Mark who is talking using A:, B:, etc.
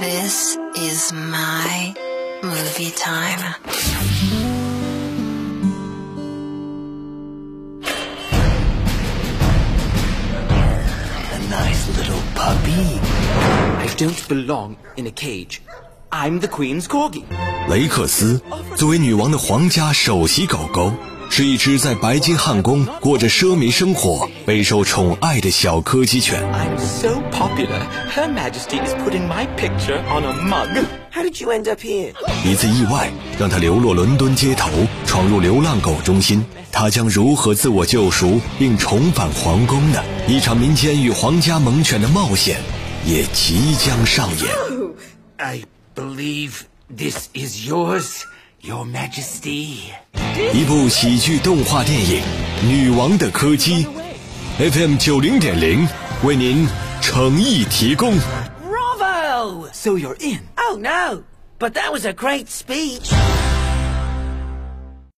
A: This is my movie time.
B: 雷克斯作为女王的皇家首席狗狗，是一只在白金汉宫过着奢靡生活、备受宠爱的小柯基犬。
C: I'm so popular. Her Majesty is putting my picture on a mug.
D: How did you end up here?
B: 一次意外让它流落伦敦街头，闯入流浪狗中心。它将如何自我救赎并重返皇宫呢？一场民间与皇家猛犬的冒险也即将上演。
C: I believe this is yours, Your Majesty.
B: 一部喜剧动画电影《女王的柯基》，FM 九零点零为您诚意提供。
D: Bravo!
C: So you're in.
D: Oh no! But that was a great speech.